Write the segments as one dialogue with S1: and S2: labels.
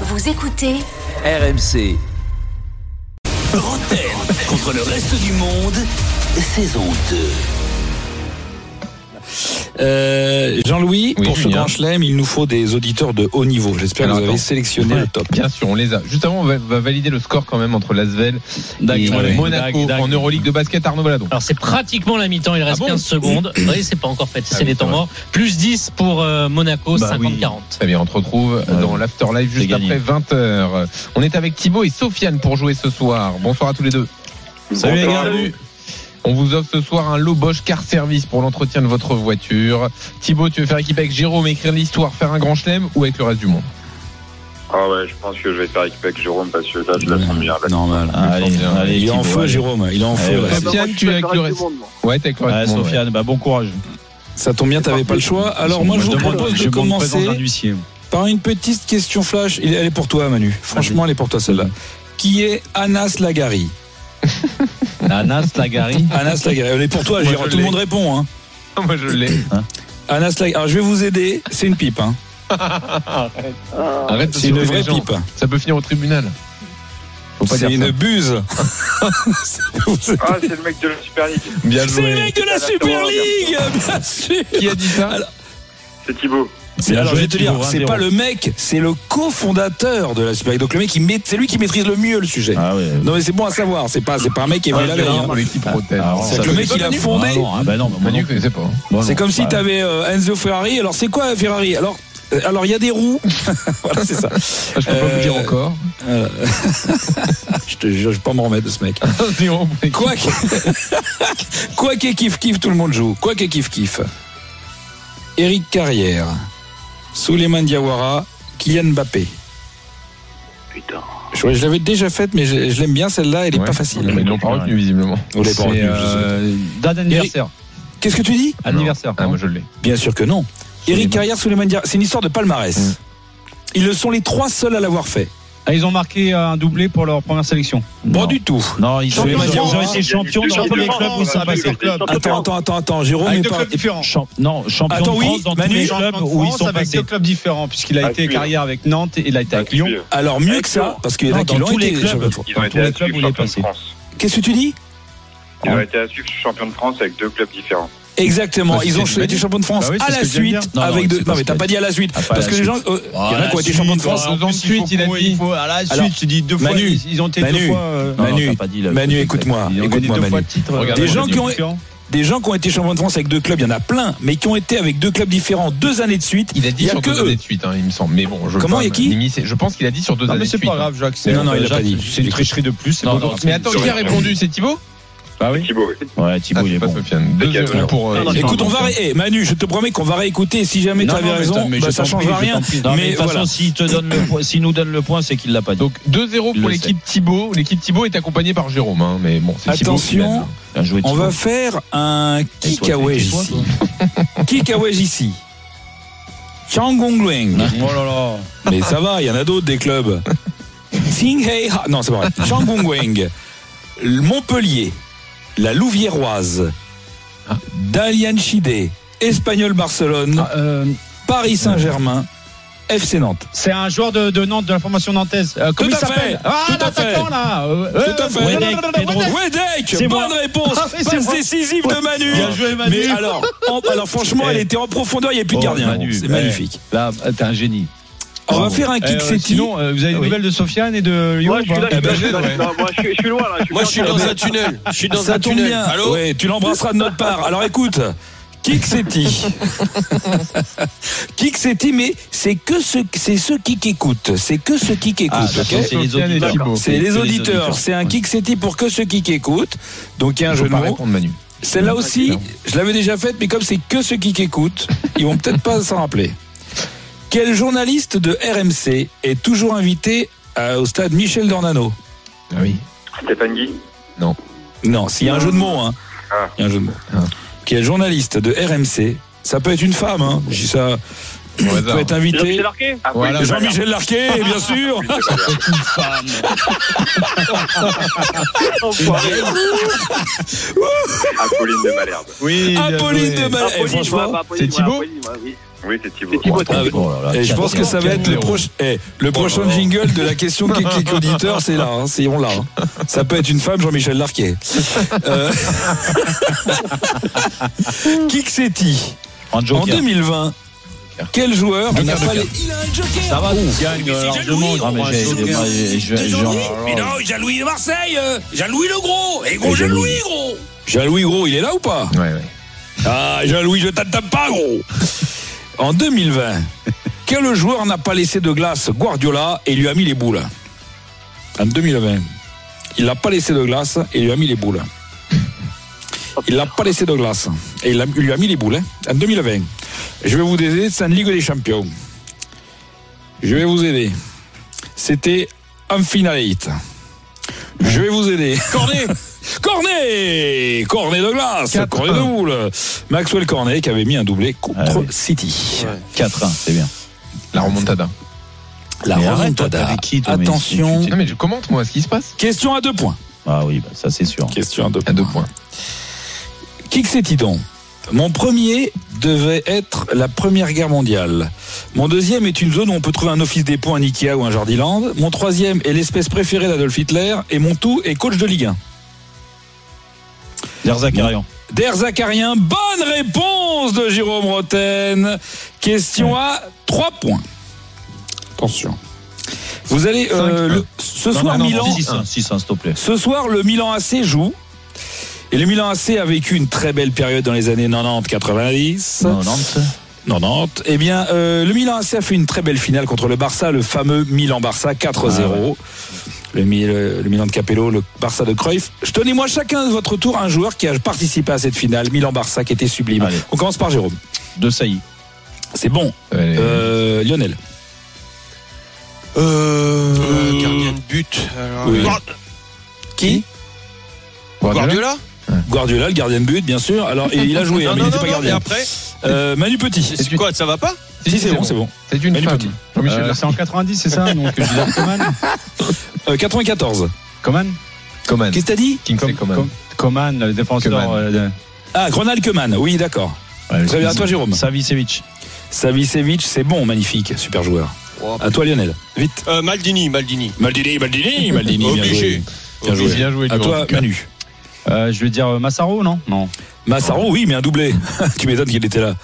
S1: Vous écoutez
S2: RMC.
S3: Rotten contre le reste du monde, saison 2.
S4: Euh, Jean-Louis,
S5: Oui,
S4: pour ce
S5: Julien.
S4: grand chelem, il nous faut des auditeurs de haut niveau. J'espère que
S5: Alors,
S4: vous avez
S5: attends.
S4: sélectionné le top.
S5: Bien sûr, on les a. Juste avant, on va, va valider le score quand même entre Lasvel
S6: Dag,
S5: et
S6: ouais.
S5: Monaco
S6: Dag, Dag.
S5: en Euroleague de basket. Arnaud Valadon.
S6: Alors c'est pratiquement la mi-temps, il reste
S5: Ah bon
S6: 15 secondes. Oui, c'est pas encore fait, c'est
S5: Ah oui,
S6: les temps
S5: c'est
S6: morts. Plus 10 pour euh, Monaco,
S5: Bah oui.
S6: 50-40.
S5: Très bien, on te retrouve dans l'afterlife juste
S6: gagné.
S5: après 20h. On est avec Thibaut et Sofiane pour jouer ce soir. Bonsoir à tous les deux.
S7: Salut les gars.
S5: On vous offre ce soir un lot Bosch Car Service pour l'entretien de votre voiture. Thibaut, tu veux faire équipe avec Jérôme, écrire l'histoire, faire un grand chelem ou avec le reste du monde
S7: Ah ouais, je pense que je vais faire équipe avec Jérôme parce que là, je la sens bien. là.
S4: Normal.
S5: Allez,
S8: hein.
S5: allez,
S4: il est en feu, Jérôme. Il est
S5: Eh
S4: en feu.
S6: ouais.
S4: là.
S5: Sofiane, tu
S9: Bah,
S5: es avec le reste. Ouais, t'es avec le reste du monde, ouais.
S6: bah bon courage.
S4: Ça tombe bien, t'avais pas le choix. Alors moi, je vous propose de commencer par une petite question flash. Il- Elle est pour toi, Manu. Franchement, elle est pour toi celle-là. Qui est Anas Lagari
S6: Anas Lagari.
S4: Anas Lagari. Elle est pour toi.
S5: Moi,
S4: Gérard.
S5: je
S4: Tout le
S5: l'ai.
S4: monde répond. Hein.
S5: Moi, je l'ai.
S4: Anas Lagari. Alors je vais vous aider. C'est une pipe. Hein.
S5: Arrête de
S4: C'est une
S5: sauter
S4: vraie
S5: les gens.
S4: pipe.
S5: Ça peut finir au tribunal. Faut pas dire
S4: C'est
S5: ça.
S4: une buse. Ça peut vous aider.
S7: Ah, c'est le mec de la Super League.
S5: Bien
S4: C'est le
S5: joué.
S4: mec de la Super League, bien sûr.
S5: Qui a dit ça
S7: C'est Thibaut.
S4: C'est- Alors, je vais te dire, c'est pas le mec, c'est le cofondateur de la Super League. Donc, le mec, il maît- c'est lui qui maîtrise le mieux le sujet.
S8: Ah ouais.
S4: Non, mais c'est bon à savoir. C'est pas, c'est pas un mec qui est venu la veille. hein.
S5: pour l'équipe rotaine.
S8: Ah, alors,
S4: C'est que
S8: ça
S4: le
S8: peut-
S4: mec, il a fondé.
S8: Ah non, hein, bah non, bah
S5: Manu
S8: non.
S5: connaissait pas.
S8: Bah
S4: C'est
S8: non.
S4: comme si
S8: Bah,
S4: t'avais euh, Enzo Ferrari. Alors, c'est quoi Ferrari Alors, euh, alors il y a des roues. voilà, c'est ça.
S5: Je peux pas vous dire encore.
S4: Euh, je te jure, je vais pas me remettre de ce mec.
S5: Zéro pour l'équipe.
S4: Quoi que, quoi que kiff kiff, tout le monde joue. Quoi que kiff kiff. Eric Carrière, Souleymane Diawara, Kylian Mbappé.
S7: Putain.
S4: Je, je l'avais déjà faite, mais je, je l'aime bien celle-là. Elle est
S5: Ouais.
S4: pas facile.
S5: Mais Ils l'ont pas retenu visiblement.
S4: Vous l'avez pas
S8: c'est,
S4: retenu, je sais pas.
S8: euh, date d'anniversaire.
S4: Qu'est-ce que tu dis
S8: Anniversaire.
S5: Ah,
S8: pardon.
S5: moi je l'ai.
S4: Bien sûr que non. Eric
S8: Souleymane.
S4: Carrière, Souleymane Diarra, c'est une histoire de palmarès.
S5: Mm.
S4: Ils le sont les trois seuls à l'avoir fait.
S8: Ah, ils ont marqué euh, un doublé pour leur première sélection.
S4: Bon
S8: Non.
S4: du tout.
S8: Non, ils ont,
S4: Champion
S8: ils
S4: de
S8: ont
S4: France.
S8: été champions dans tous les clubs où ça passe leur club.
S4: Attends, attends, attends, attends. Jérôme
S8: Avec
S4: est
S8: deux
S4: pas-
S8: clubs différents. Champ- non, champion
S4: Attends,
S8: de
S4: oui,
S8: France dans
S4: Manu,
S8: tous les clubs
S10: champion de
S8: où ils
S10: France
S8: sont
S10: avec
S8: passés.
S10: deux clubs différents, puisqu'il a
S7: Ah,
S10: été
S7: puis,
S10: carrière avec Nantes et il a été avec Lyon.
S4: Alors mieux que ça, parce qu'il y en a
S8: Non,
S4: qui
S8: dans
S4: l'ont
S8: tous les
S4: été.
S8: clubs.
S4: sur le tour.
S7: Ils ont
S8: Dans
S7: été
S8: tous les
S7: à
S8: clubs
S7: suivre
S8: où il est
S7: champion de
S8: passé.
S7: France.
S4: Qu'est-ce que tu dis
S7: Ils ont été à suivre champion de France avec deux clubs différents.
S4: Exactement.
S8: Bah,
S4: Ils ont
S8: c'est
S4: été
S8: Manu.
S4: champions de France
S8: Bah oui, c'est
S4: à
S8: ce
S4: la
S8: que j'aime bien.
S4: suite
S8: Non, non,
S4: avec
S8: c'est
S4: deux.
S8: pas
S4: Non
S8: ce
S4: mais t'as
S8: que-
S4: pas dit à la suite
S8: Ah, pas à
S4: parce
S8: la Bah
S4: que les
S8: suite.
S4: gens, euh, il y en a qui ont été champions de France.
S5: Deux ans de suite, il a dit.
S10: À la
S4: Alors,
S10: suite, tu dis deux fois.
S4: Manu,
S10: Ils ils ont été
S4: Manu,
S10: deux fois. euh,
S8: Non, non,
S4: Manu,
S8: t'as pas dit le-
S4: Manu, écoute-moi,
S8: Ils ont gagné
S4: écoute-moi,
S8: deux fois
S4: Manu.
S8: le titre. euh,
S5: Regarde,
S8: dans
S4: Des
S8: les
S4: gens qui ont,
S10: différents.
S4: des gens qui ont été champions de France avec deux clubs, il y en a plein, mais qui ont été avec deux clubs différents deux années de suite.
S5: Il a dit
S4: y a
S5: sur
S4: que
S5: deux
S4: eux.
S5: années de suite, hein, il me semble. Mais bon, je
S4: Comment,
S5: parle,
S4: il y a qui
S5: Mimi, c'est- Je pense qu'il a dit sur deux
S10: Non,
S5: années
S10: mais
S5: de
S10: c'est
S5: suite.
S10: pas grave, j'accepte.
S4: Non, non, il l'a pas
S10: Jacques,
S4: dit.
S10: C'est une tricherie de plus. c'est
S5: Non,
S10: bon,
S5: non,
S10: donc,
S5: mais attends, qui a répondu C'est Thibaut
S8: Ah oui
S7: Thibaut, oui.
S8: Ouais,
S5: Ah,
S8: Thibaut, il
S5: c'est
S8: est
S5: pas
S8: bon.
S5: Sofiane. Deux
S7: Dégage.
S5: euros pour. euh,
S8: Non, non,
S4: Écoute, on va ré- eh, Manu, je te promets qu'on va réécouter. Si jamais tu
S8: Non,
S4: avais
S8: non, mais
S4: raison,
S8: t'as- mais
S4: bah,
S8: je
S4: ça
S8: t'en prie,
S4: changera
S8: je
S4: rien.
S8: t'en prie. Non, mais de
S4: Mais
S8: toute façon,
S4: voilà.
S8: s'il te donne le point- s'il nous donne le point, c'est qu'il l'a pas dit.
S5: Donc 2-0
S8: Il
S5: pour
S8: le
S5: l'équipe Thibaut. L'équipe Thibaut est accompagnée par Jérôme. hein, Mais bon, c'est Thibaut qui
S4: Attention.
S5: mène.
S8: Bien joué,
S4: On
S8: Thibaut.
S4: va faire un
S8: Et toi,
S4: kick-away
S8: et toi,
S4: ici. Kick-away ici. Changonglueng.
S10: Oh là là.
S4: Mais ça va, il y en a d'autres des clubs. Singhei. Ha- Non, c'est pas vrai. Changonglueng. Montpellier. La Louviéroise. Dalianchide. Espagnol Barcelone.
S10: Ah, euh,
S4: Paris Saint-Germain. FC Nantes.
S10: C'est un joueur de, de Nantes, de la formation nantaise. Euh, comment
S4: Tout
S10: il
S4: à fait.
S10: s'appelle Ah,
S4: Tout à fait.
S10: l'attaquant, là euh,
S4: Tout à
S10: euh,
S4: fait.
S10: Wedek, Pedro.
S4: Wedek,
S10: C'est
S4: bonne
S10: moi.
S4: réponse.
S10: Ah, oui, c'est
S4: Passe
S10: moi.
S4: décisive de Manu.
S10: Bien joué, Manu. Eh.
S4: Mais alors, en- alors franchement, elle était en profondeur, il n'y avait plus de
S8: Oh,
S4: gardien.
S8: Manu,
S4: C'est
S8: eh.
S4: magnifique.
S8: Là, t'es un génie.
S4: On va
S8: Bravo.
S4: faire un
S10: Euh,
S4: kick setti.
S10: sinon, euh,
S4: Ah
S10: vous avez des nouvelles de Sofiane et de Lyon ou pas
S9: Ah, bah,
S4: Eh ben,
S9: Moi, je suis dans un tunnel. Je suis dans
S4: ça
S9: un
S4: tombe
S9: tunnel.
S4: bien.
S9: Allô
S4: Ouais, tu l'embrasseras de notre part. Alors écoute, kick setti. kick setti, mais c'est que ceux, c'est ceux qui écoutent. C'est que ceux qui écoutent.
S8: Ah,
S4: ok
S8: d'accord, c'est les
S5: Sofiane et
S8: auditeurs.
S5: Thibaut.
S4: c'est les auditeurs, c'est un kick setti pour que ceux qui écoutent. Donc il y a un
S5: Je
S4: jeu
S5: vais
S4: de
S5: pas
S4: mots.
S5: répondre, Manu.
S4: Celle-là aussi, je l'avais déjà faite, mais comme c'est que ceux qui écoutent, ils vont peut-être pas s'en rappeler. Quel journaliste de RMC est toujours invité à- au stade Michel Dornano
S5: Ah oui.
S7: Stéphane Guy.
S4: Non, s'il y a un jeu de mots, hein.
S7: Ah.
S4: Il y a un jeu de mots.
S5: Ah.
S4: Quel journaliste de RMC Ça peut être une femme, hein. Je dis ça.
S5: Au
S4: peut
S5: hasard.
S4: être invité.
S7: Ah, oui,
S5: Voilà,
S7: c'est pas
S4: Jean-Michel Larquet, bien sûr.
S7: grave. Apolline de Malherbe.
S10: Oui, bien
S4: Apolline
S10: joué.
S4: de Malherbe. Eh, franchement,
S5: C'est Thibaut
S7: Oui, c'est Thibaut.
S4: euh, Et eh, je pense que ça va être le, proche- eh, le prochain jingle de la question Kekik auditeur, c'est là, hein, c'est on l'a. hein. Ça peut être une femme, Jean-Michel Larquet. Euh... Kiksetti,
S8: En
S4: en
S8: joker.
S4: 2020, quel joueur n'a pas les-
S3: Il a un joker.
S8: Ça va, tu gagnes
S3: mais c'est
S8: largement.
S3: jaloux,
S8: Ah, mais
S3: on
S8: j'ai- j'ai-
S3: va
S8: j'ai- j'ai- j'ai-
S3: Jean-Louis
S8: j'ai-
S3: Mais non, Jean-Louis de Marseille. euh, Jean-Louis le gros. Et gros
S8: Et Jean-Louis.
S3: Jean-Louis, gros.
S4: Jean-Louis Gros, il est là ou pas
S5: Ouais, ouais.
S4: Ah, Jean-Louis, je t'attaque pas, gros En 2020, quel joueur n'a pas laissé de glace Guardiola et lui a mis les boules En 2020, il n'a pas laissé de glace et lui a mis les boules. Il n'a pas laissé de glace et il, a- il lui a mis les boules. hein. En 2020, je vais vous aider, c'est en Ligue des Champions. Je vais vous aider. C'était en finale 8. Je vais vous aider. Cornet Cornet Cornet de glace
S5: Quatre.
S4: Cornet de boule Maxwell Cornet qui avait mis un doublé contre
S8: Ah oui.
S4: City.
S8: 4-1, c'est bien.
S5: La remontada.
S4: La
S8: Mais arrête,
S4: remontada.
S8: toi, t'avais qui, toi, mais
S4: Attention.
S8: tu- tu-
S5: Non, mais je commente, moi, ce qui se passe.
S4: Question à deux points.
S8: Ah oui, bah, ça c'est sûr.
S4: Question à deux
S5: À deux points.
S4: Qui que c'est donc Mon premier devait être la Première Guerre mondiale. Mon deuxième est une zone où on peut trouver un office dépôt, un Ikea ou un Jardiland. Mon troisième est l'espèce préférée d'Adolf Hitler. Et mon tout est coach de Ligue 1.
S8: Derzakarian.
S4: Der Zacharien, bonne réponse de Jérôme Roten. Question à 3 points. Attention. Vous allez. euh, le- ce soir, Milan.
S8: 6-1, 6-1, s'il te plaît.
S4: Ce soir, le Milan AC joue. Et le Milan AC a vécu une très belle période dans les années 90-90.
S8: Non, Nantes.
S4: 90. Eh bien, euh, le Milan AC a fait une très belle finale contre le Barça, le fameux Milan-Barça 4-0. le, Mi- le- le Milan de Capello, le Barça de Cruyff. Je tenez-moi chacun de votre tour un joueur qui a participé à cette finale, Milan-Barça, qui était sublime.
S8: Allez.
S4: On commence par Jérôme.
S8: De Sailly.
S4: C'est bon.
S5: Allez.
S4: Euh, Lionel.
S9: Euh, gardien de but. alors,
S4: Oui.
S9: Guard-
S4: Qui
S5: Guardiola.
S9: Guardiola
S4: Guardiola, le gardien de but, bien sûr. Alors, et il a joué, hein, mais il n'était pas
S9: et
S4: gardien.
S9: après
S4: Euh, Manu Petit.
S9: C'est quoi, ça va pas
S4: Si, c'est bon, c'est bon.
S5: C'est une
S4: Mais le
S5: femme.
S4: petit.
S5: Jean-Michel
S10: Euh,
S5: Larquet.
S10: c'est en 90, c'est ça Donc, je disais Coman.
S4: Euh, 94.
S10: Coman
S5: Coman.
S4: Qu'est-ce que t'as dit
S5: King, c'est
S10: Com-
S5: Coman.
S10: Com- Coman, le défenseur.
S5: Coman.
S10: euh, de-
S4: Ah, Ronald Koeman, oui, d'accord. Très bien, à toi, Jérôme.
S8: Savicevic.
S4: Savicevic, c'est bon, magnifique, super joueur.
S9: Oh,
S4: À toi, Lionel, vite.
S9: Euh, Maldini, Maldini.
S4: Maldini, Maldini, Maldini, bien joué.
S9: Obligé.
S4: Bien joué.
S5: Bien joué,
S4: À
S5: Laurent, en
S4: toi,
S5: tout cas.
S4: Manu.
S10: euh, je vais dire euh, Massaro, non Non.
S4: Massaro, oui, mais un doublé. tu m'étonnes qu'il était là.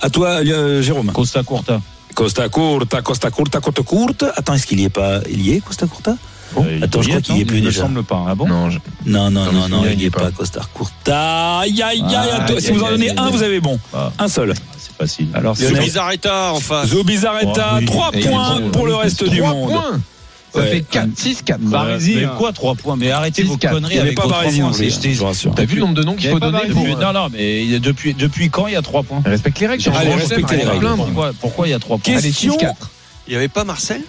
S4: À toi, euh, Jérôme.
S8: Costa Curta.
S4: Costa Curta, Costa Curta, Costa Curta. Attends, est-ce qu'il y est pas Il y est, Costa Curta
S8: Euh,
S4: Attends, je crois qu'il y est
S8: non,
S4: plus
S8: il me
S4: déjà.
S8: semble pas. Ah bon
S5: Non, je-
S4: Non, non, non,
S5: Non, mais
S4: non,
S5: celui-là,
S4: il n'y est pas, Costa Curta. Aïe, aïe, aïe, à
S8: Ah,
S4: toi. Si vous en
S8: aïe,
S4: donnez
S8: aïe,
S4: un,
S8: aïe.
S4: vous avez bon.
S8: Ah,
S4: Un seul.
S8: C'est facile. Alors,
S4: Lionel.
S9: Zubizarreta en face.
S4: Zobizarreta,
S8: Oh, oui.
S4: 3
S5: Et il est
S4: points
S5: bon,
S4: pour le reste du
S5: Trois
S4: monde.
S5: points. Ça
S4: Ouais. Bah,
S5: fait 4, 6, 4.
S10: Barési,
S8: Mais
S10: hein.
S8: bah, quoi, 3 points Mais arrêtez
S5: Six,
S8: vos
S5: quatre.
S8: conneries
S4: Il n'y avait
S8: avec
S4: pas
S8: vos trois
S4: Barési
S8: points,
S4: en jeu,
S8: c'est-
S4: je vous rassure.
S5: T'as vu le nombre de noms
S8: Il y
S5: qu'il
S8: avait
S5: faut
S8: pas
S5: donner
S8: Barési.
S5: pour.
S8: Non, non, mais il y a depuis, depuis quand il y a 3 points
S5: Respecte les règles,
S8: Allez,
S5: Jean-Michel,
S4: respectez
S5: arrête
S4: Ah, les
S5: de
S4: règles.
S5: plaindre.
S8: pourquoi, pourquoi il y a 3 points
S5: Allez, 6,
S4: Question
S5: 4.
S9: Il n'y avait pas Marcel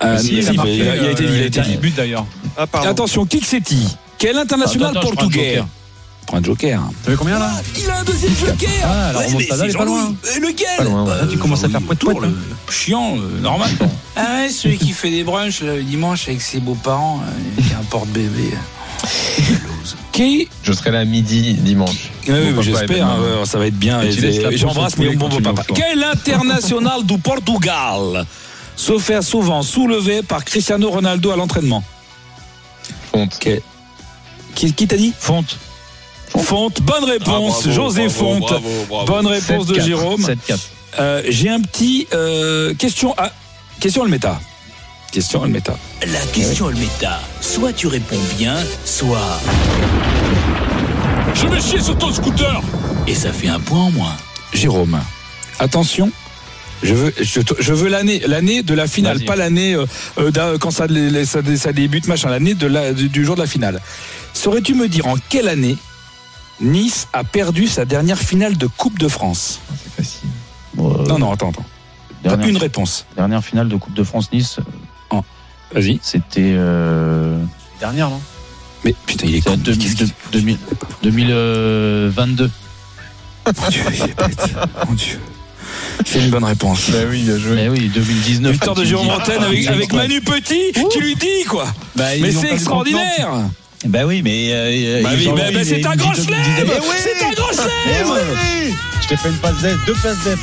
S4: Ah,
S5: Si,
S4: si,
S5: il a
S4: mais
S5: marqué,
S4: il a il a été dit, il a
S5: euh,
S4: été dit.
S10: but d'ailleurs.
S9: Ah, pardon.
S4: Attention, Kiksetti, quel international
S8: Attends, attends, je prends le
S4: portugais
S8: joker.
S4: Prends un joker.
S10: T'as vu combien là
S3: Il a un deuxième joker.
S8: Ah, la
S3: Ouais, mais
S8: remontada, elle est
S3: c'est
S8: pas
S3: Jean-Louis.
S8: loin.
S3: Euh, Lequel
S5: Pas loin, ouais.
S3: Euh,
S10: Bah, Tu commences à faire
S3: Louis
S10: poète-poète,
S3: Tour,
S10: là.
S3: le Chiant, euh, normal. Ah ouais, celui qui fait des brunchs là, le dimanche avec ses beaux-parents, euh, qui a un porte-bébé.
S4: Qui
S5: Je serai là à midi dimanche.
S4: Ah Oui,
S5: papa est
S4: J'espère,
S5: demain.
S4: hein, ouais, ça va être bien.
S5: Et tu laisses la
S4: Et- et J'embrasse
S5: prochaine
S4: mon bon
S5: poulet
S4: papa.
S5: continuer
S4: Quel international du Portugal se fait souvent soulever par Cristiano Ronaldo à l'entraînement
S5: Fonte.
S4: Qui, qui t'a dit
S8: Fonte.
S4: Fonte, bonne
S5: Ah,
S9: Ah,
S4: réponse, José Fonte. Bonne réponse de
S8: 7-4,
S4: Jérôme.
S8: 7-4.
S4: Euh, J'ai un petit euh, question à question Almeta. Question Almeta.
S3: La question Almeta, soit tu réponds bien, soit.
S4: Je me chier sur ton scooter.
S3: Et ça fait un point en moins.
S4: Jérôme, attention. Je veux, je, te- je veux l'année, l'année de la finale,
S8: Vas-y.
S4: pas l'année euh, euh, d'un- quand ça, dé- ça, dé- ça débute, machin, l'année de la- du, du jour de la finale. Saurais-tu me dire en quelle année Nice a perdu sa dernière finale de Coupe de France
S5: C'est facile.
S8: Bon, euh,
S4: Non, non, attends, attends. T'as
S8: dernière,
S4: une réponse.
S8: dernière finale de Coupe de France-Nice,
S4: Vas-y.
S8: c'était. euh,
S10: Dernière, non
S4: Mais putain, il est
S8: c'était
S4: con.
S8: en 2000
S4: Qu'est-ce qu'il-
S8: 2000 2022.
S4: Mon Dieu, il est bête. Mon Dieu. C'est une bonne réponse.
S5: Bah oui, bien joué.
S8: Mais oui, 2019.
S4: Victoire de
S8: tu
S4: Jérôme
S8: me dis.
S4: Antenne avec,
S8: Ah,
S4: avec
S8: ouais.
S4: Manu Petit qui lui dit quoi
S8: Bah, ils
S4: Mais
S8: ont
S4: c'est
S8: perdu contre
S4: extraordinaire
S8: Nantes. Bah oui, mais. euh,
S4: Bah
S8: ils
S4: oui,
S8: ont-
S4: mais- mais
S8: ils-
S4: c'est
S8: ils-
S4: un
S8: ils-
S4: grand
S8: ils-
S4: chelem Eh
S8: ils-
S4: C'est un grand chelem
S10: Je t'ai fait une passe d'aide, deux passes d'aide.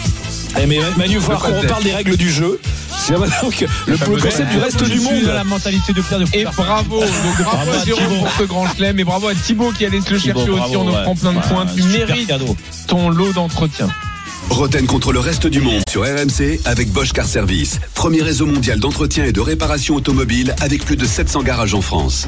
S4: Eh, mais Manu, il va falloir qu'on reparle des règles du jeu. C'est vraiment que le, le concept du reste du monde.
S8: la mentalité de Pierre de
S5: Et bravo, donc bravo à Jérôme pour ce grand chelem et bravo à Thibaut qui allait se le chercher aussi en offrant plein de points. Tu mérites ton lot d'entretien.
S1: Roten contre le reste du monde sur RMC avec Bosch Car Service, premier réseau mondial d'entretien et de réparation automobile avec plus de 700 garages en France.